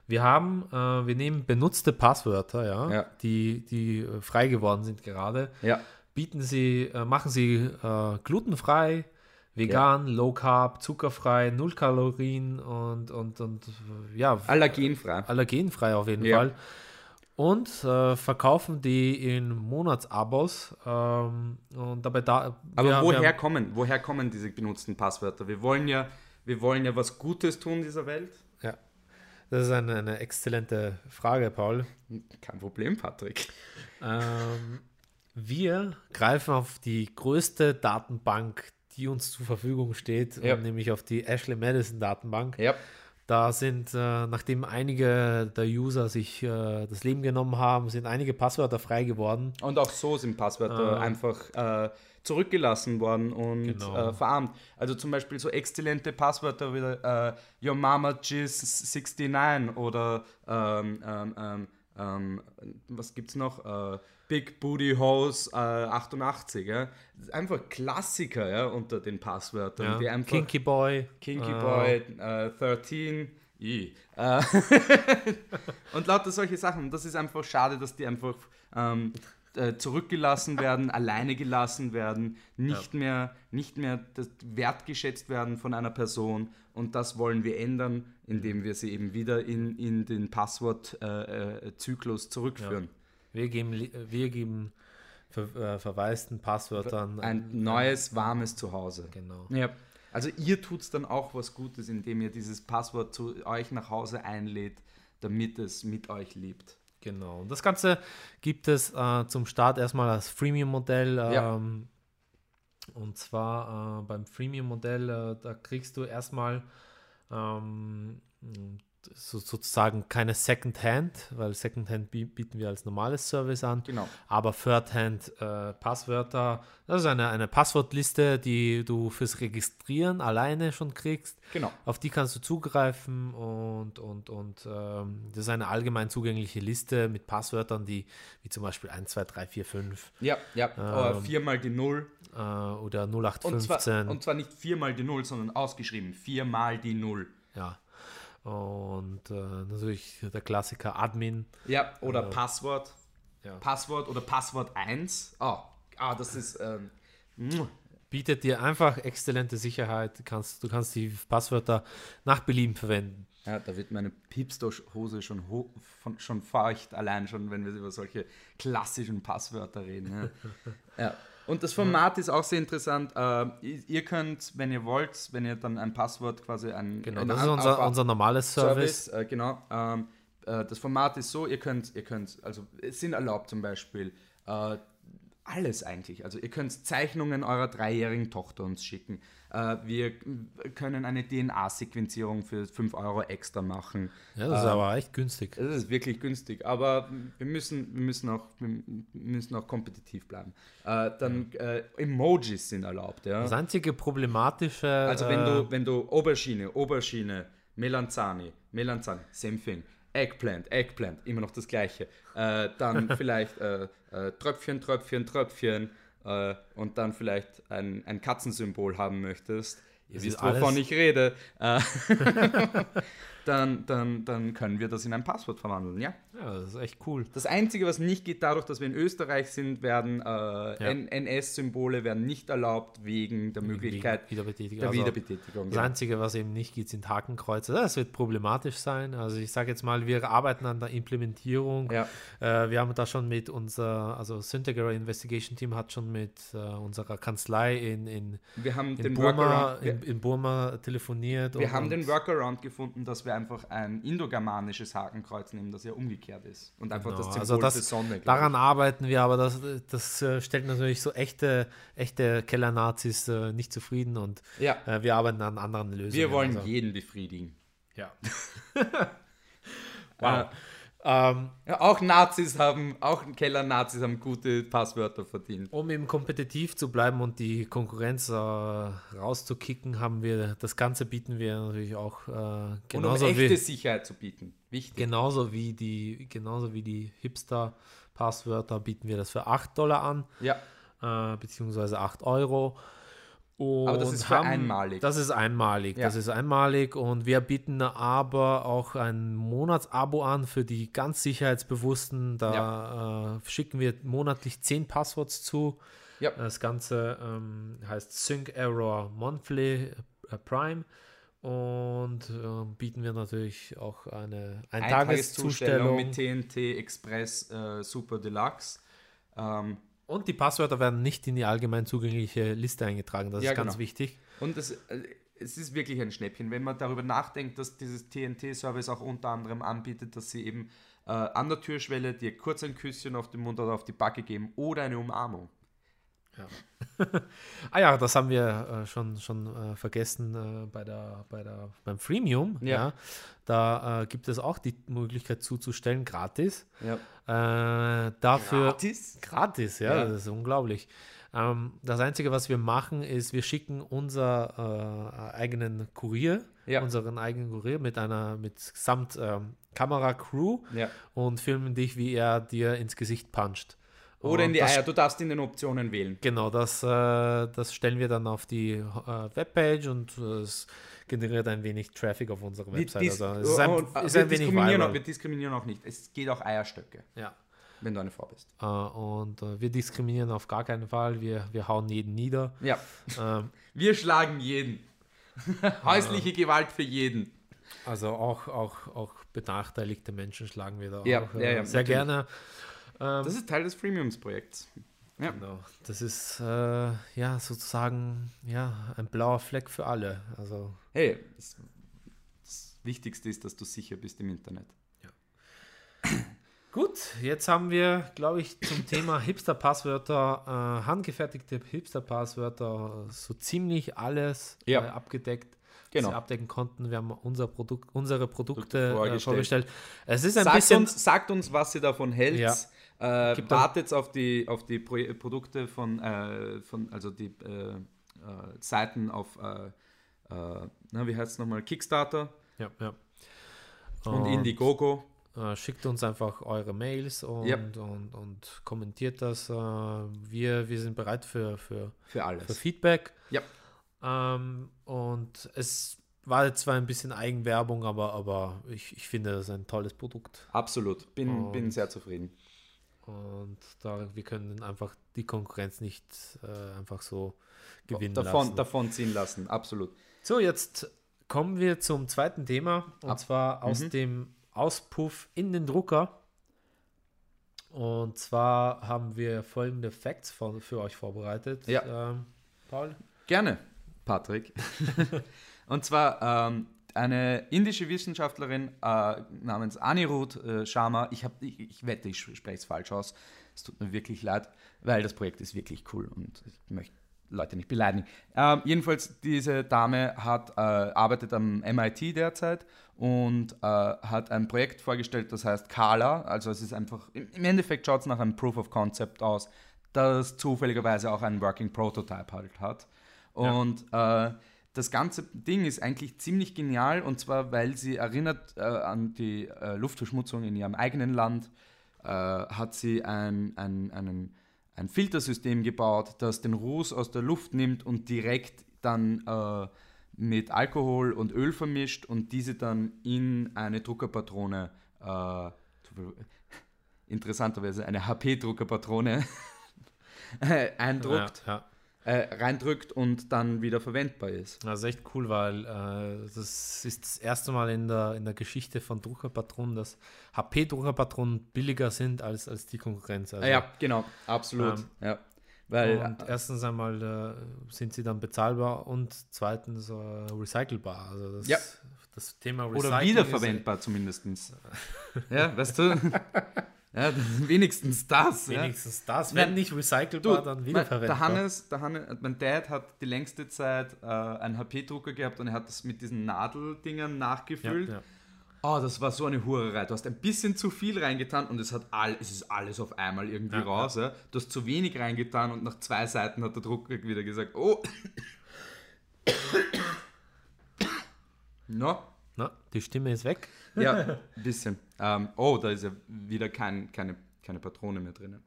Speaker 1: Wir haben, äh, wir nehmen benutzte Passwörter, ja,
Speaker 2: Ja.
Speaker 1: die, die äh, frei geworden sind gerade,
Speaker 2: Ja,
Speaker 1: bieten sie, äh, machen sie äh, glutenfrei, vegan, low carb, zuckerfrei, null Kalorien und, und, und äh, ja,
Speaker 2: allergenfrei.
Speaker 1: Also, allergenfrei auf jeden
Speaker 2: Ja.
Speaker 1: Fall. Und äh, verkaufen die in Monatsabos. Ähm, und dabei da.
Speaker 2: Aber
Speaker 1: wir-
Speaker 2: woher,
Speaker 1: wir-
Speaker 2: kommen, woher kommen diese benutzten Passwörter? Wir wollen ja, wir wollen ja was Gutes tun dieser Welt.
Speaker 1: Ja. Das ist eine, eine exzellente Frage, Paul.
Speaker 2: Kein Problem, Patrick.
Speaker 1: Ähm, wir greifen auf die größte Datenbank, die uns zur Verfügung steht,
Speaker 2: Ja.
Speaker 1: nämlich auf die Ashley Madison Datenbank.
Speaker 2: Ja.
Speaker 1: Da sind, äh, nachdem einige der User sich äh, das Leben genommen haben, sind einige Passwörter frei geworden.
Speaker 2: Und auch so sind
Speaker 1: Ah.
Speaker 2: Passwörter einfach äh, zurückgelassen worden und
Speaker 1: Genau.
Speaker 2: äh, verarmt. Also zum Beispiel so exzellente Passwörter wie äh, Your Mama Jizz 69 oder ähm, ähm, ähm, ähm, was gibt's noch? Äh, Big Booty Hose äh, 88. Ja? Einfach Klassiker ja, unter den Passwörtern,
Speaker 1: Ja.
Speaker 2: die einfach
Speaker 1: Ähm, Kinky Boy.
Speaker 2: Kinky
Speaker 1: äh,
Speaker 2: Boy, äh, 13, i. Äh, und lauter solche Sachen. Und Das ist einfach schade, dass die einfach ähm, äh, zurückgelassen werden, alleine gelassen werden, nicht mehr, nicht mehr das wertgeschätzt werden von einer Person. Und das wollen wir ändern, indem wir sie eben wieder in, in den Passwortzyklus äh, äh, Zyklus zurückführen.
Speaker 1: Wir geben, li- wir geben ver, äh, verwaisten Passwörtern.
Speaker 2: Ein neues, warmes Zuhause.
Speaker 1: genau.
Speaker 2: Ja. Also ihr tut's dann auch was Gutes, indem ihr dieses Passwort zu euch nach Hause einlädt, damit es mit euch lebt.
Speaker 1: Genau. Und das Ganze gibt es äh, zum Start erstmal als Freemium-Modell.
Speaker 2: Ja.
Speaker 1: Ähm, Und zwar äh, beim Freemium-Modell, äh, da kriegst du erstmal ähm, so, sozusagen keine Second-Hand, weil Second-Hand bi- bieten wir als normales Service an.
Speaker 2: Genau.
Speaker 1: Aber Third-Hand-Passwörter, das ist eine, eine Passwortliste, die du fürs Registrieren alleine schon kriegst.
Speaker 2: Genau.
Speaker 1: Auf die kannst du zugreifen und, und, und ähm, das ist eine allgemein zugängliche Liste mit Passwörtern, die wie zum Beispiel 1, 2, 3, 4, 5
Speaker 2: Ja, ja.
Speaker 1: Ähm,
Speaker 2: Äh, viermal die Null.
Speaker 1: äh, oder
Speaker 2: Und zwar,
Speaker 1: 0815.
Speaker 2: und zwar nicht viermal die Null, sondern ausgeschrieben. Viermal die Null.
Speaker 1: ja. und äh, natürlich der Klassiker Admin.
Speaker 2: Ja, oder Passwort.
Speaker 1: Äh, Ja.
Speaker 2: Passwort oder Passwort 1. Oh. Ah, das ist. Ähm,
Speaker 1: Bietet dir einfach exzellente Sicherheit. Du kannst, du kannst die Passwörter nach Belieben verwenden.
Speaker 2: ja, da wird meine Pipstosch-Hose schon, ho von, schon feucht, allein schon, wenn wir über solche klassischen Passwörter reden. Ja. ja. Und das Format ist auch sehr interessant. Äh, ihr ihr könnt, wenn ihr wollt, wenn ihr dann ein Passwort quasi ein.
Speaker 1: Genau,
Speaker 2: ein
Speaker 1: das ist
Speaker 2: auf-
Speaker 1: unser, unser normales Service.
Speaker 2: Service, äh, genau. Ähm, äh, das Format ist so, ihr könnt, ihr könnt, also es sind erlaubt zum Beispiel äh, alles eigentlich. Also ihr könnt Zeichnungen eurer dreijährigen Tochter uns schicken. Äh, wir äh, können eine DNA-Sequenzierung für 5 Euro extra machen. Äh,
Speaker 1: Ja,
Speaker 2: Ähm,
Speaker 1: das ist aber echt günstig.
Speaker 2: Das ist wirklich günstig, aber wir müssen, wir müssen, auch, wir müssen auch kompetitiv bleiben. Äh, dann äh, Emojis sind erlaubt, ja.
Speaker 1: Das einzige problematische.
Speaker 2: Also wenn
Speaker 1: äh,
Speaker 2: du, wenn du Aubergine, Aubergine, Melanzani, Melanzani, Senfing, Eggplant, Eggplant, immer noch das gleiche. Äh, dann vielleicht äh, äh, Tröpfchen, Tröpfchen, Tröpfchen äh, und dann vielleicht ein, ein Katzensymbol haben möchtest. Ihr
Speaker 1: Das
Speaker 2: wisst,
Speaker 1: ist alles-
Speaker 2: wovon ich rede. Äh, dann, dann, dann können wir das in ein Passwort verwandeln, ja?
Speaker 1: Ja, das ist echt cool.
Speaker 2: Das Einzige, was nicht geht, dadurch, dass wir in Österreich sind, werden äh, N- NS-Symbole werden nicht erlaubt wegen der Möglichkeit
Speaker 1: Wegen Wiederbetätigung.
Speaker 2: der
Speaker 1: Also,
Speaker 2: Wiederbetätigung.
Speaker 1: Das Einzige, was eben nicht geht, sind Hakenkreuze. Das wird problematisch sein. Also ich sage jetzt mal, wir arbeiten an der Implementierung.
Speaker 2: Ja.
Speaker 1: Äh, wir haben da schon mit unser, also Syntegera Investigation Team hat schon mit äh, unserer Kanzlei in, in,
Speaker 2: Wir haben
Speaker 1: in,
Speaker 2: den
Speaker 1: Burma,
Speaker 2: Workaround.
Speaker 1: in,
Speaker 2: Wir,
Speaker 1: in Burma telefoniert.
Speaker 2: wir
Speaker 1: und-
Speaker 2: haben
Speaker 1: und-
Speaker 2: den Workaround gefunden, dass wir einfach ein indogermanisches Hakenkreuz nehmen, das ja umgekehrt ist. Und einfach
Speaker 1: Genau,
Speaker 2: das Symbol
Speaker 1: also das-
Speaker 2: für Sonne. glaub
Speaker 1: Daran arbeiten wir, aber das, das äh, stellt natürlich so echte, echte Keller-Nazis äh, nicht zufrieden und
Speaker 2: ich. Ja.
Speaker 1: äh, wir arbeiten an anderen Lösungen.
Speaker 2: Wir wollen
Speaker 1: also,
Speaker 2: jeden befriedigen.
Speaker 1: ja.
Speaker 2: Wow.
Speaker 1: ähm,
Speaker 2: Äh, Ja, auch Nazis haben, auch Keller-Nazis haben gute Passwörter verdient.
Speaker 1: Um eben kompetitiv zu bleiben und die Konkurrenz äh, rauszukicken, haben wir das Ganze bieten wir natürlich auch äh, genauso,
Speaker 2: und um echte
Speaker 1: wie,
Speaker 2: Sicherheit zu bieten. Wichtig.
Speaker 1: genauso wie die genauso wie die Hipster Passwörter bieten wir das für 8 Dollar an
Speaker 2: Ja.
Speaker 1: äh, beziehungsweise 8 Euro. Und
Speaker 2: Aber das ist für einmalig.
Speaker 1: Das ist einmalig.
Speaker 2: Ja.
Speaker 1: Das ist einmalig. Und wir bieten aber auch ein Monatsabo an für die ganz Sicherheitsbewussten. Da äh, schicken wir monatlich 10 Passworts zu.
Speaker 2: Ja.
Speaker 1: Das Ganze ähm, heißt Sync Error Monthly äh, Prime. Und äh, bieten wir natürlich auch eine Eintageszustellung.
Speaker 2: mit TNT Express äh, Super Deluxe. Ähm,
Speaker 1: Und die Passwörter werden nicht in die allgemein zugängliche Liste eingetragen. Das
Speaker 2: Ja,
Speaker 1: ist ganz
Speaker 2: genau.
Speaker 1: wichtig.
Speaker 2: und es, äh, es ist wirklich ein Schnäppchen, wenn man darüber nachdenkt, dass dieses TNT-Service auch unter anderem anbietet, dass sie eben äh, an der Türschwelle dir kurz ein Küsschen auf den Mund oder auf die Backe geben oder eine Umarmung.
Speaker 1: Ah ja, das haben wir äh, schon, schon äh, vergessen äh, bei der, bei der, beim Freemium. Ja.
Speaker 2: Ja.
Speaker 1: Da äh, gibt es auch die Möglichkeit zuzustellen, gratis.
Speaker 2: Ja.
Speaker 1: Äh, dafür
Speaker 2: Gratis?
Speaker 1: Gratis, ja,
Speaker 2: Ja.
Speaker 1: das ist unglaublich. Ähm, das Einzige, was wir machen, ist, wir schicken unser äh, eigenen Kurier,
Speaker 2: Ja.
Speaker 1: unseren eigenen Kurier mit einer, mit samt ähm, Kameracrew
Speaker 2: Ja.
Speaker 1: und filmen dich, wie er dir ins Gesicht puncht.
Speaker 2: Oder in
Speaker 1: Und
Speaker 2: die
Speaker 1: das
Speaker 2: Eier, du darfst in den Optionen wählen.
Speaker 1: Genau, das, äh, das stellen wir dann auf die äh, Webpage und äh, es generiert ein wenig Traffic auf unsere
Speaker 2: Die
Speaker 1: Website.
Speaker 2: dis-
Speaker 1: Also es ist ein,
Speaker 2: und, äh,
Speaker 1: ist
Speaker 2: wir,
Speaker 1: ein wenig
Speaker 2: diskriminieren auch,
Speaker 1: viral.
Speaker 2: wir diskriminieren auch nicht. Es geht auch Eierstöcke,
Speaker 1: Ja.
Speaker 2: wenn du eine Frau bist.
Speaker 1: Äh, und äh, wir diskriminieren auf gar keinen Fall. Wir, wir hauen jeden nieder.
Speaker 2: Ja.
Speaker 1: Ähm,
Speaker 2: Wir schlagen jeden. Häusliche Gewalt für jeden.
Speaker 1: also auch, auch, auch benachteiligte Menschen schlagen wir da
Speaker 2: Ja,
Speaker 1: auch äh,
Speaker 2: ja, ja,
Speaker 1: sehr
Speaker 2: natürlich.
Speaker 1: gerne. Ähm.
Speaker 2: Das ist Teil des Freemiums-Projekts. Ja.
Speaker 1: Genau. Das ist äh, ja sozusagen ja, ein blauer Fleck für alle. Also
Speaker 2: Hey, das, das Wichtigste ist, dass du sicher bist im Internet.
Speaker 1: Gut, jetzt haben wir, glaube ich, zum Thema Hipster-Passwörter, äh, handgefertigte Hipster-Passwörter, so ziemlich alles
Speaker 2: Ja.
Speaker 1: äh, abgedeckt,
Speaker 2: Genau.
Speaker 1: was wir abdecken konnten. Wir haben unser Produkt, unsere Produkte
Speaker 2: Produkte
Speaker 1: äh, vorgestellt.
Speaker 2: vorgestellt.
Speaker 1: Es ist ein
Speaker 2: Sagt
Speaker 1: bisschen,
Speaker 2: uns, sagt uns, was ihr davon hält.
Speaker 1: Ja.
Speaker 2: Äh,
Speaker 1: Gibt
Speaker 2: wartet auf die, auf die Pro Produkte von, äh, von, also die äh, äh, Seiten auf, äh, äh, na, wie heißt es nochmal, Kickstarter
Speaker 1: ja, ja.
Speaker 2: und Indiegogo.
Speaker 1: Äh, schickt uns einfach eure Mails und,
Speaker 2: Ja.
Speaker 1: und, und kommentiert das. Äh, wir, wir sind bereit für, für,
Speaker 2: Für
Speaker 1: für
Speaker 2: alles.
Speaker 1: Feedback.
Speaker 2: Ja.
Speaker 1: Ähm, und es war jetzt zwar ein bisschen Eigenwerbung, aber, aber ich, ich finde, das ist ein tolles Produkt.
Speaker 2: Absolut. Bin, bin sehr zufrieden.
Speaker 1: Und da, wir können einfach die Konkurrenz nicht äh, einfach so gewinnen
Speaker 2: Davon,
Speaker 1: lassen.
Speaker 2: davon ziehen lassen. Absolut.
Speaker 1: So, jetzt kommen wir zum zweiten Thema und zwar aus
Speaker 2: Mhm.
Speaker 1: dem Auspuff in den Drucker. Und zwar haben wir folgende Facts von, für euch vorbereitet.
Speaker 2: Ja.
Speaker 1: Ähm, Paul?
Speaker 2: Gerne, Patrick. Und zwar ähm, eine indische Wissenschaftlerin äh, namens Anirudh äh, Sharma. Ich, hab, ich, ich wette, ich spreche es falsch aus. Es tut mir wirklich leid, weil das Projekt ist wirklich cool und ich möchte Leute nicht beleidigen. Ähm, jedenfalls, diese Dame hat, äh, arbeitet am MIT derzeit und äh, hat ein Projekt vorgestellt, das heißt Kala. Also es ist einfach, im im Endeffekt schaut es nach einem Proof of Concept aus, das zufälligerweise auch einen Working Prototype halt hat. Und äh, das ganze Ding ist eigentlich ziemlich genial und zwar, weil sie erinnert äh, an die äh, Luftverschmutzung in ihrem eigenen Land, äh, hat sie ein, ein, einen, ein Filtersystem gebaut, das den Ruß aus der Luft nimmt und direkt dann äh, mit Alkohol und Öl vermischt und diese dann in eine Druckerpatrone äh, interessanterweise eine HP-Druckerpatrone eindruckt,
Speaker 1: Ja, ja.
Speaker 2: äh, reindrückt und dann wieder verwendbar ist.
Speaker 1: Das ist Also echt cool, weil äh, das ist das erste Mal in der, in der Geschichte von Druckerpatronen, dass HP-Druckerpatronen billiger sind als, als die Konkurrenz. Also,
Speaker 2: ja, genau, absolut.
Speaker 1: Ähm,
Speaker 2: ja. Weil äh,
Speaker 1: und erstens einmal äh, sind sie dann bezahlbar und zweitens äh, recycelbar. Also das,
Speaker 2: Ja.
Speaker 1: das Thema
Speaker 2: äh, Oder
Speaker 1: Recycling
Speaker 2: wiederverwendbar zumindestens. ja, weißt du? Ja, wenigstens das.
Speaker 1: Ist wenigstens das.
Speaker 2: Nein.
Speaker 1: Wenn nicht
Speaker 2: Ja.
Speaker 1: recycelbar,
Speaker 2: Du,
Speaker 1: dann
Speaker 2: mein-
Speaker 1: wiederverwendbar.
Speaker 2: der Hannes, der Hannes, mein Dad hat die längste Zeit äh, einen HP-Drucker gehabt und er hat das mit diesen Nadeldingern
Speaker 1: ja,
Speaker 2: nachgefüllt.
Speaker 1: ja.
Speaker 2: Oh, das war so eine Hurerei. Du hast ein bisschen zu viel reingetan und es, hat all, es ist alles auf einmal irgendwie
Speaker 1: Ja,
Speaker 2: raus. Ja. Du hast zu wenig reingetan und nach zwei Seiten hat der Drucker wieder gesagt, oh. no.
Speaker 1: Na, die Stimme ist weg.
Speaker 2: Ja, ein bisschen. Ähm, oh, da ist ja wieder kein, keine, keine Patrone mehr drinnen.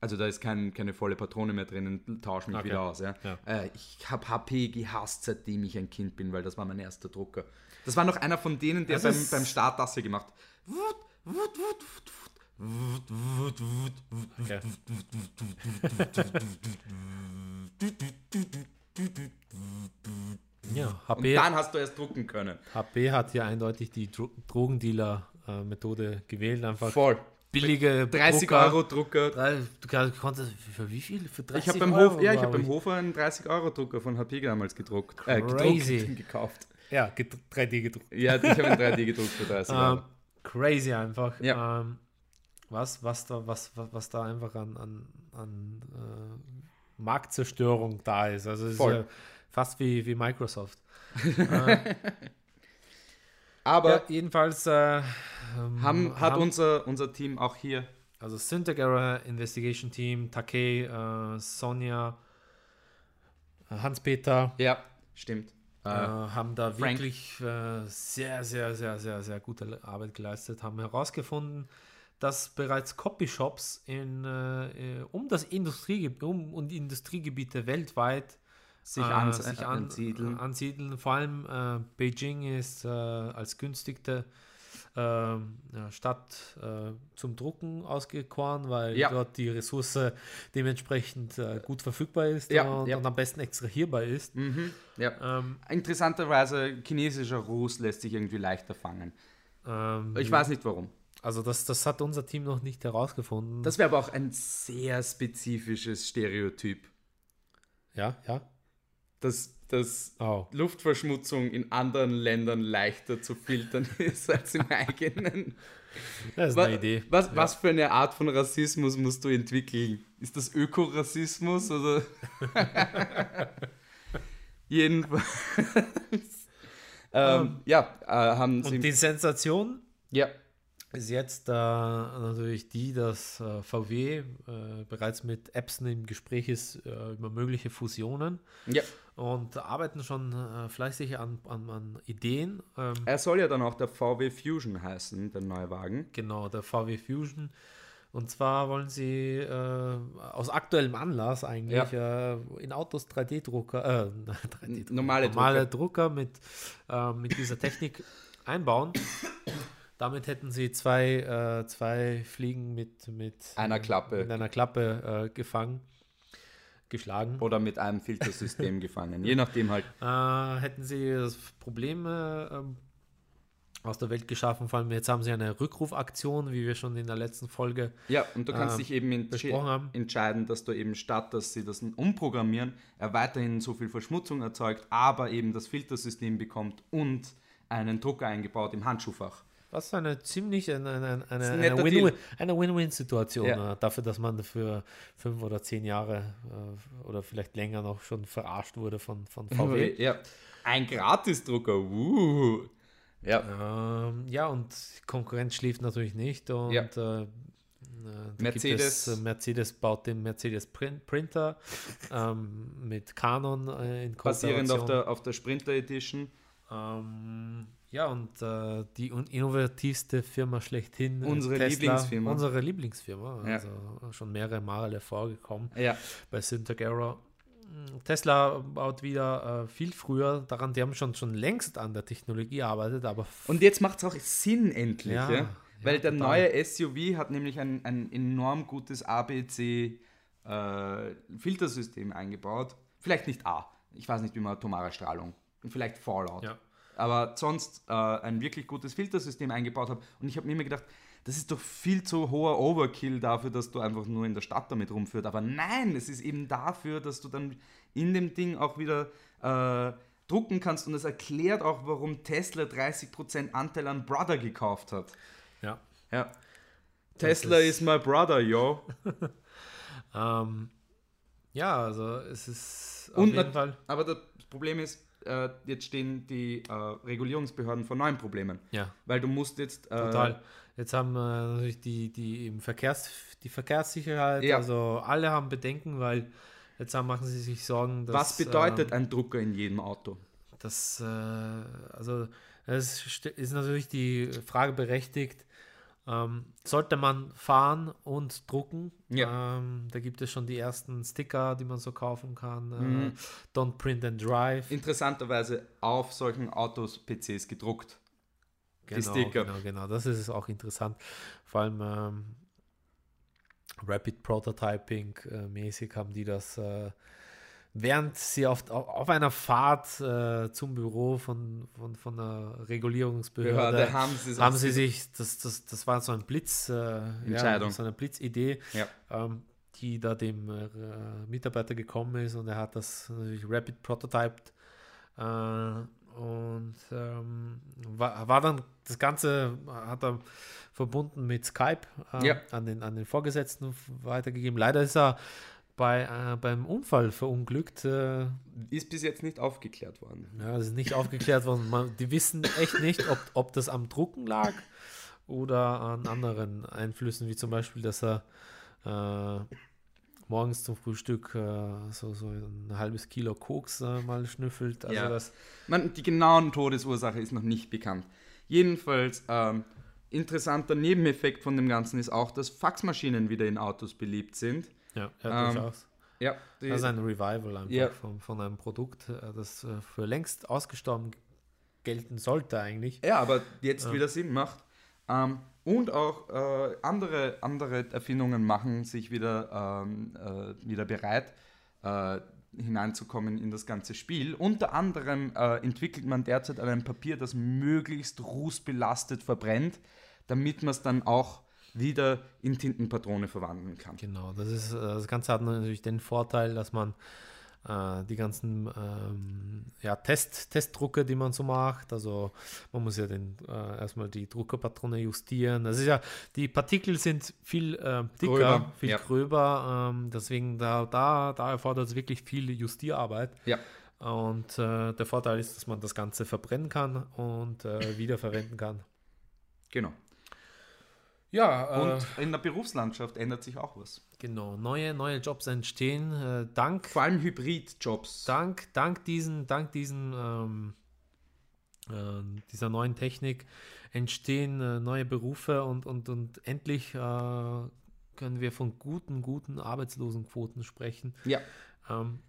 Speaker 2: Also da ist kein, keine volle Patrone mehr drinnen, tausch mich
Speaker 1: Okay.
Speaker 2: wieder aus. Ja.
Speaker 1: Ja.
Speaker 2: Äh, ich habe HP gehasst, seitdem ich ein Kind bin, weil das war mein erster Drucker. Das war noch einer von denen, der
Speaker 1: Das
Speaker 2: beim,
Speaker 1: ist-
Speaker 2: beim Start das hier gemacht wut, wut, wut, wut, wut, wut, wut, wut, wut.
Speaker 1: Okay. ja,
Speaker 2: Und
Speaker 1: HP,
Speaker 2: dann hast du erst drucken können.
Speaker 1: HP hat ja eindeutig die Dro Drogendealer-Methode gewählt. Einfach
Speaker 2: Voll.
Speaker 1: billige
Speaker 2: 30
Speaker 1: Drucker.
Speaker 2: Euro Drucker.
Speaker 1: Drei- Du kann- du konntest für wie viel? Für 30
Speaker 2: Ich habe beim
Speaker 1: Euro,
Speaker 2: Hof, ja, ich habe
Speaker 1: glaub
Speaker 2: beim Hofer einen 30-Euro-Drucker von HP damals gedruckt. Äh,
Speaker 1: Crazy.
Speaker 2: gedruckt, gekauft.
Speaker 1: Ja, gedr- 3D gedruckt.
Speaker 2: Ja, ich habe einen 3D gedruckt für 30
Speaker 1: Ähm,
Speaker 2: Euro.
Speaker 1: crazy einfach.
Speaker 2: Ja.
Speaker 1: Ähm, was, was, da, was, was, was da einfach an, an, an äh, Marktzerstörung da ist. Also es ist
Speaker 2: Voll.
Speaker 1: ja fast wie, wie Microsoft.
Speaker 2: Aber
Speaker 1: Aber jedenfalls äh, ähm,
Speaker 2: haben, hat
Speaker 1: haben-
Speaker 2: unser, unser Team auch hier
Speaker 1: Also Syntec Era Investigation Team, Takei, äh, Sonja, äh, Hans-Peter
Speaker 2: Ja, stimmt.
Speaker 1: äh, haben da
Speaker 2: Frank.
Speaker 1: wirklich äh, sehr, sehr, sehr, sehr, sehr gute Arbeit geleistet, haben herausgefunden, dass bereits Copyshops in, äh, äh, um das Industriegebiet um, und Industriegebiete weltweit
Speaker 2: Sich
Speaker 1: äh,
Speaker 2: ans-
Speaker 1: sich
Speaker 2: äh,
Speaker 1: an, ansiedeln.
Speaker 2: ansiedeln.
Speaker 1: ansiedeln. Vor allem äh, Beijing ist äh, als günstigte ähm, ja, Stadt äh, zum Drucken ausgekoren, weil
Speaker 2: Ja.
Speaker 1: dort die Ressource dementsprechend äh, gut verfügbar ist
Speaker 2: Ja,
Speaker 1: und,
Speaker 2: ja.
Speaker 1: und am besten extrahierbar ist.
Speaker 2: Mhm, ja.
Speaker 1: Ähm,
Speaker 2: Interessanterweise, chinesischer Ruß lässt sich irgendwie leichter fangen.
Speaker 1: ähm,
Speaker 2: Ich weiß nicht warum.
Speaker 1: Also das, das hat unser Team noch nicht herausgefunden.
Speaker 2: Das wäre aber auch ein sehr spezifisches Stereotyp,
Speaker 1: ja, ja.
Speaker 2: dass, dass
Speaker 1: Oh.
Speaker 2: Luftverschmutzung in anderen Ländern leichter zu filtern ist als im eigenen.
Speaker 1: Das ist
Speaker 2: Wa-
Speaker 1: eine Idee.
Speaker 2: Was, was für eine Art von Rassismus musst du entwickeln? Ist das Ökorassismus oder? Jedenfalls. ähm, ja, äh, haben
Speaker 1: Und
Speaker 2: sie.
Speaker 1: die Sensation
Speaker 2: Ja,
Speaker 1: ist jetzt äh, natürlich die, dass äh, VW äh, bereits mit Epson im Gespräch ist äh, über mögliche Fusionen
Speaker 2: ja.
Speaker 1: und arbeiten schon äh, fleißig an, an, an Ideen. Ähm,
Speaker 2: Er soll ja dann auch der VW Fusion heißen, der Neuwagen.
Speaker 1: Genau, der VW Fusion. Und zwar wollen sie äh, aus aktuellem Anlass eigentlich äh, in Autos 3D-Drucker, äh, 3D-Drucker,
Speaker 2: Normale
Speaker 1: normale Drucker mit, äh, mit dieser Technik einbauen. Damit hätten sie zwei, äh, zwei Fliegen mit, mit,
Speaker 2: Einer Klappe.
Speaker 1: Mhm. mit einer Klappe äh, gefangen, geschlagen.
Speaker 2: Oder mit einem Filtersystem gefangen. Je nachdem halt.
Speaker 1: Äh, hätten sie das Problem äh, ähm, aus der Welt geschaffen, vor allem jetzt haben sie eine Rückrufaktion, wie wir schon in der letzten Folge
Speaker 2: Ja, und du kannst
Speaker 1: Ähm,
Speaker 2: dich eben entsche-
Speaker 1: besprochen haben.
Speaker 2: entscheiden, dass du eben statt, dass sie das umprogrammieren, er weiterhin so viel Verschmutzung erzeugt, aber eben das Filtersystem bekommt und einen Drucker eingebaut im Handschuhfach.
Speaker 1: Was für eine ziemlich eine, eine, eine,
Speaker 2: ein
Speaker 1: eine,
Speaker 2: netter
Speaker 1: Win-Win- eine Win-Win-Situation
Speaker 2: Ja.
Speaker 1: äh, dafür, dass man für fünf oder zehn Jahre äh, oder vielleicht länger noch schon verarscht wurde von, von VW.
Speaker 2: Ja. Ein Gratisdrucker. wuhu. Ja.
Speaker 1: ähm, ja, und Konkurrenz schläft natürlich nicht. Und
Speaker 2: Ja.
Speaker 1: äh, äh, da gibt
Speaker 2: Mercedes.
Speaker 1: Es, äh, Mercedes baut den Mercedes Print Printer ähm, mit Canon äh, in
Speaker 2: Basierend auf
Speaker 1: Kooperation.
Speaker 2: der, auf der Sprinter Edition
Speaker 1: Ähm, ja, und äh, die un- innovativste Firma schlechthin. äh,
Speaker 2: Unsere Lieblingsfirma.
Speaker 1: Unsere Lieblingsfirma.
Speaker 2: Ja.
Speaker 1: Also schon mehrere Male vorgekommen
Speaker 2: ja.
Speaker 1: bei Syntec Era. Tesla baut wieder äh, viel früher daran, die haben schon, schon längst an der Technologie gearbeitet, aber f-
Speaker 2: Und jetzt macht es auch Sinn endlich. Ja.
Speaker 1: Ja,
Speaker 2: Weil der
Speaker 1: total.
Speaker 2: neue SUV hat nämlich ein, ein enorm gutes ABC-Filtersystem äh, eingebaut. Vielleicht nicht A. Ich weiß nicht, wie man atomare Strahlung. Und vielleicht Fallout.
Speaker 1: Ja.
Speaker 2: Aber sonst äh, ein wirklich gutes Filtersystem eingebaut habe. Und ich habe mir immer gedacht, das ist doch viel zu hoher Overkill dafür, dass du einfach nur in der Stadt damit rumführst. Aber nein, es ist eben dafür, dass du dann in dem Ding auch wieder äh, drucken kannst. Und das erklärt auch, warum Tesla 30% Anteil an Brother gekauft hat.
Speaker 1: Ja.
Speaker 2: Ja. Tesla
Speaker 1: ist-
Speaker 2: is my brother, yo.
Speaker 1: Ähm, ja, also es ist auf
Speaker 2: Und
Speaker 1: jeden
Speaker 2: nat-
Speaker 1: Fall.
Speaker 2: Aber das Problem ist, äh, jetzt stehen die äh, Regulierungsbehörden vor neuen Problemen.
Speaker 1: Ja,
Speaker 2: Weil du musst jetzt. Äh,
Speaker 1: total. Jetzt haben äh, natürlich die, die im Verkehrs, die Verkehrssicherheit,
Speaker 2: Ja.
Speaker 1: also alle haben Bedenken, weil jetzt haben, machen sie sich Sorgen, dass.
Speaker 2: Was bedeutet
Speaker 1: ähm,
Speaker 2: ein Drucker in jedem Auto?
Speaker 1: das? Äh, also es st- ist natürlich die Frage berechtigt. Ähm, sollte man fahren und drucken?
Speaker 2: Ja.
Speaker 1: Ähm, da gibt es schon die ersten Sticker, die man so kaufen kann. Äh,
Speaker 2: Mhm.
Speaker 1: don't print and drive.
Speaker 2: Interessanterweise auf solchen Autos PCs gedruckt.
Speaker 1: Genau,
Speaker 2: Sticker.
Speaker 1: genau, genau. Das ist es auch interessant. Vor allem ähm, Rapid Prototyping äh, mäßig haben die das, äh, während sie auf, auf auf einer Fahrt äh, zum Büro von, von, von der Regulierungsbehörde
Speaker 2: Behörde haben sie es
Speaker 1: haben
Speaker 2: auf-
Speaker 1: sie sich, das, das, das war so ein Blitz, äh,
Speaker 2: Entscheidung.
Speaker 1: Ja, so eine Blitzidee,
Speaker 2: Ja.
Speaker 1: ähm, die da dem äh, Mitarbeiter gekommen ist und er hat das natürlich rapid prototyped äh, und ähm, war, war dann das Ganze hat er verbunden mit Skype äh,
Speaker 2: Ja.
Speaker 1: an, den, an den Vorgesetzten weitergegeben. Leider ist er bei, äh, beim Unfall verunglückt. Äh,
Speaker 2: Ist bis jetzt nicht aufgeklärt worden.
Speaker 1: ja, das ist nicht aufgeklärt worden. Man, die wissen echt nicht, ob, ob das am Drucken lag oder an anderen Einflüssen, wie zum Beispiel, dass er äh, morgens zum Frühstück äh, so, so ein halbes Kilo Koks äh, mal schnüffelt. Also
Speaker 2: Ja.
Speaker 1: das,
Speaker 2: Man, die genauen Todesursache ist noch nicht bekannt. Jedenfalls, ähm, interessanter Nebeneffekt von dem Ganzen ist auch, dass Faxmaschinen wieder in Autos beliebt sind.
Speaker 1: ja, ja
Speaker 2: Ähm,
Speaker 1: durchaus.
Speaker 2: Ja, die,
Speaker 1: Das ist ein Revival einfach
Speaker 2: Ja.
Speaker 1: von, von einem Produkt, äh, das äh, für längst ausgestorben gelten sollte eigentlich.
Speaker 2: Ja, aber jetzt wieder Sinn macht. Ähm, und auch äh, andere, andere Erfindungen machen sich wieder, ähm, äh, wieder bereit, äh, hineinzukommen in das ganze Spiel. Unter anderem äh, entwickelt man derzeit an einem Papier, das möglichst rußbelastet verbrennt, damit man es dann auch wieder in Tintenpatrone verwandeln kann.
Speaker 1: Genau, das ist äh, das Ganze hat natürlich den Vorteil, dass man äh, die ganzen ähm, ja, Test, Testdrucke, die man so macht, also man muss ja den, äh, erstmal die Druckerpatrone justieren. Das ist ja, die Partikel sind viel äh, dicker,
Speaker 2: Gröber,
Speaker 1: viel
Speaker 2: ja.
Speaker 1: gröber, ähm, deswegen da, da, da erfordert es wirklich viel Justierarbeit.
Speaker 2: Ja,
Speaker 1: Und äh, der Vorteil ist, dass man das Ganze verbrennen kann und äh, wiederverwenden kann.
Speaker 2: genau.
Speaker 1: Ja,
Speaker 2: Und in der Berufslandschaft ändert sich auch was.
Speaker 1: genau. Neue, neue Jobs entstehen. Äh, dank
Speaker 2: Vor allem Hybridjobs.
Speaker 1: dank, dank diesen, dank diesen, ähm, ähm, dieser neuen Technik entstehen äh, neue Berufe und, und, und endlich äh, können wir von guten, guten Arbeitslosenquoten sprechen.
Speaker 2: Ja,
Speaker 1: Ähm,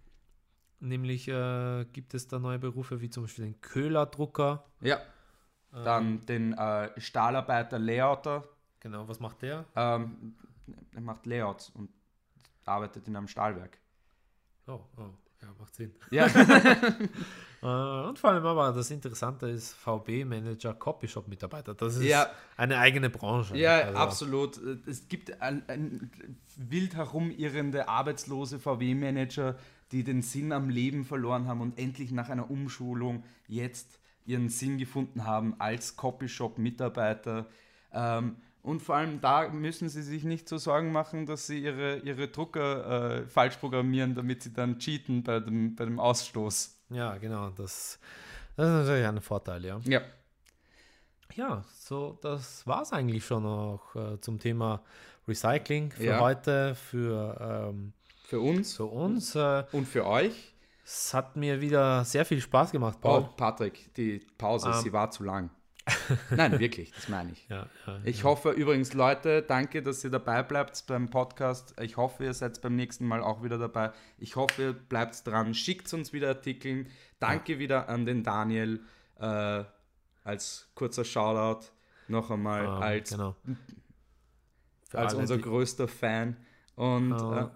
Speaker 1: nämlich äh, gibt es da neue Berufe wie zum Beispiel den Köhlerdrucker.
Speaker 2: ja. Dann den äh, Stahlarbeiter, Layouter.
Speaker 1: Genau, was macht der?
Speaker 2: Ähm, er macht Layouts und arbeitet in einem Stahlwerk.
Speaker 1: Oh, oh, ja, macht Sinn.
Speaker 2: Ja,
Speaker 1: Äh, und vor allem aber das Interessante ist VB-Manager, Copyshop-Mitarbeiter. Das ist
Speaker 2: Ja.
Speaker 1: eine eigene Branche.
Speaker 2: ja
Speaker 1: Also-
Speaker 2: absolut. Es gibt ein, ein wild herumirrende, arbeitslose VW-Manager, die den Sinn am Leben verloren haben und endlich nach einer Umschulung jetzt ihren Sinn gefunden haben als Copyshop-Mitarbeiter. Ähm, und vor allem da müssen sie sich nicht so Sorgen machen, dass sie ihre, ihre Drucker äh, falsch programmieren, damit sie dann cheaten bei dem, bei dem Ausstoß.
Speaker 1: Ja, genau, das, das ist natürlich ein Vorteil, ja.
Speaker 2: Ja.
Speaker 1: Ja, so, das war es eigentlich schon auch äh, zum Thema Recycling für
Speaker 2: Ja.
Speaker 1: heute, für, ähm,
Speaker 2: Für uns.
Speaker 1: für uns. Äh,
Speaker 2: Und für euch?
Speaker 1: es hat mir wieder sehr viel Spaß gemacht,
Speaker 2: Oh,
Speaker 1: Paul.
Speaker 2: Patrick, die Pause,
Speaker 1: Ähm.
Speaker 2: sie war zu lang. Nein, wirklich, das meine ich.
Speaker 1: Ja, ja.
Speaker 2: Ich hoffe übrigens, Leute, danke, dass ihr dabei bleibt beim Podcast. Ich hoffe, ihr seid beim nächsten Mal auch wieder dabei. Ich hoffe, ihr bleibt dran. Schickt uns wieder Artikel. Danke wieder an den Daniel äh, als kurzer Shoutout. noch einmal
Speaker 1: Ähm,
Speaker 2: als,
Speaker 1: genau. Für
Speaker 2: als
Speaker 1: alle,
Speaker 2: unser
Speaker 1: die-
Speaker 2: größter Fan. Und
Speaker 1: Äh,
Speaker 2: äh,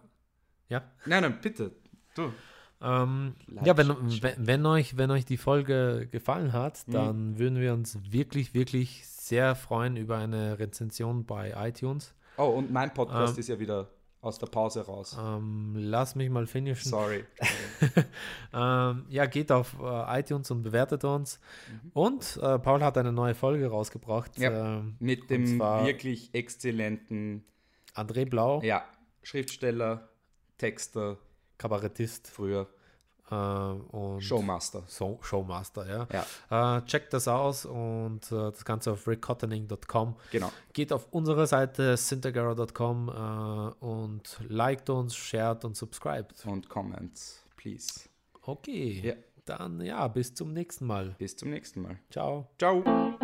Speaker 1: ja.
Speaker 2: nein, nein, bitte. Du.
Speaker 1: Ähm,
Speaker 2: Leid-
Speaker 1: ja, wenn, wenn, wenn, euch, wenn euch die Folge gefallen
Speaker 2: Mhm.
Speaker 1: hat, dann würden wir uns wirklich, wirklich sehr freuen über eine Rezension bei iTunes.
Speaker 2: Oh, und mein Podcast
Speaker 1: Ähm.
Speaker 2: ist ja wieder aus der Pause raus.
Speaker 1: Ähm, lass mich mal finishen.
Speaker 2: Sorry.
Speaker 1: Ähm, ja, geht auf äh, iTunes und bewertet uns. Und äh, Paul hat eine neue Folge rausgebracht.
Speaker 2: Mhm. Ja.
Speaker 1: Ähm,
Speaker 2: Mit dem
Speaker 1: zwar-
Speaker 2: wirklich exzellenten
Speaker 1: André Blau,
Speaker 2: ja, Schriftsteller, Texter,
Speaker 1: Kabarettist
Speaker 2: früher
Speaker 1: äh, und
Speaker 2: Showmaster.
Speaker 1: So Showmaster. Ja.
Speaker 2: Ja,
Speaker 1: Äh, checkt das aus und äh, das Ganze auf rickcottening.com.
Speaker 2: genau.
Speaker 1: Geht auf unsere Seite syntagara.com äh, und liked uns, shared und subscribed.
Speaker 2: Und Comments, please.
Speaker 1: Okay,
Speaker 2: Ja.
Speaker 1: dann ja, bis zum nächsten Mal.
Speaker 2: Bis zum nächsten Mal.
Speaker 1: Ciao.
Speaker 2: Ciao.